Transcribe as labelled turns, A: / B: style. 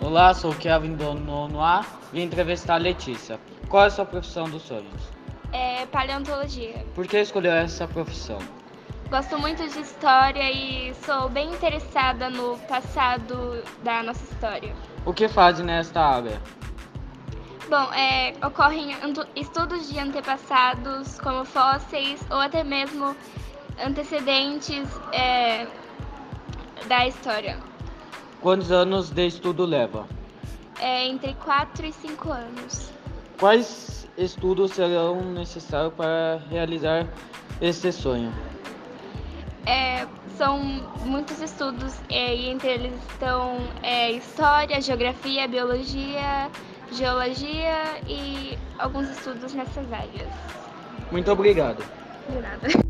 A: Olá, sou o Kevin do Nono A e entrevistar a Letícia. Qual é a sua profissão dos sonhos?
B: É paleontologia.
A: Por que escolheu essa profissão?
B: Gosto muito de história e sou bem interessada no passado da nossa história.
A: O que faz nesta área?
B: Bom, é, ocorrem anto- estudos de antepassados, como fósseis ou até mesmo antecedentes é, da história,
A: Quantos anos de estudo leva?
B: é, entre 4 e 5 anos.
A: Quais estudos serão necessários para realizar este sonho?
B: É, são muitos estudos, é, e entre eles estão é, história, geografia, biologia, geologia e alguns estudos nessas áreas.
A: Muito obrigado.
B: De nada.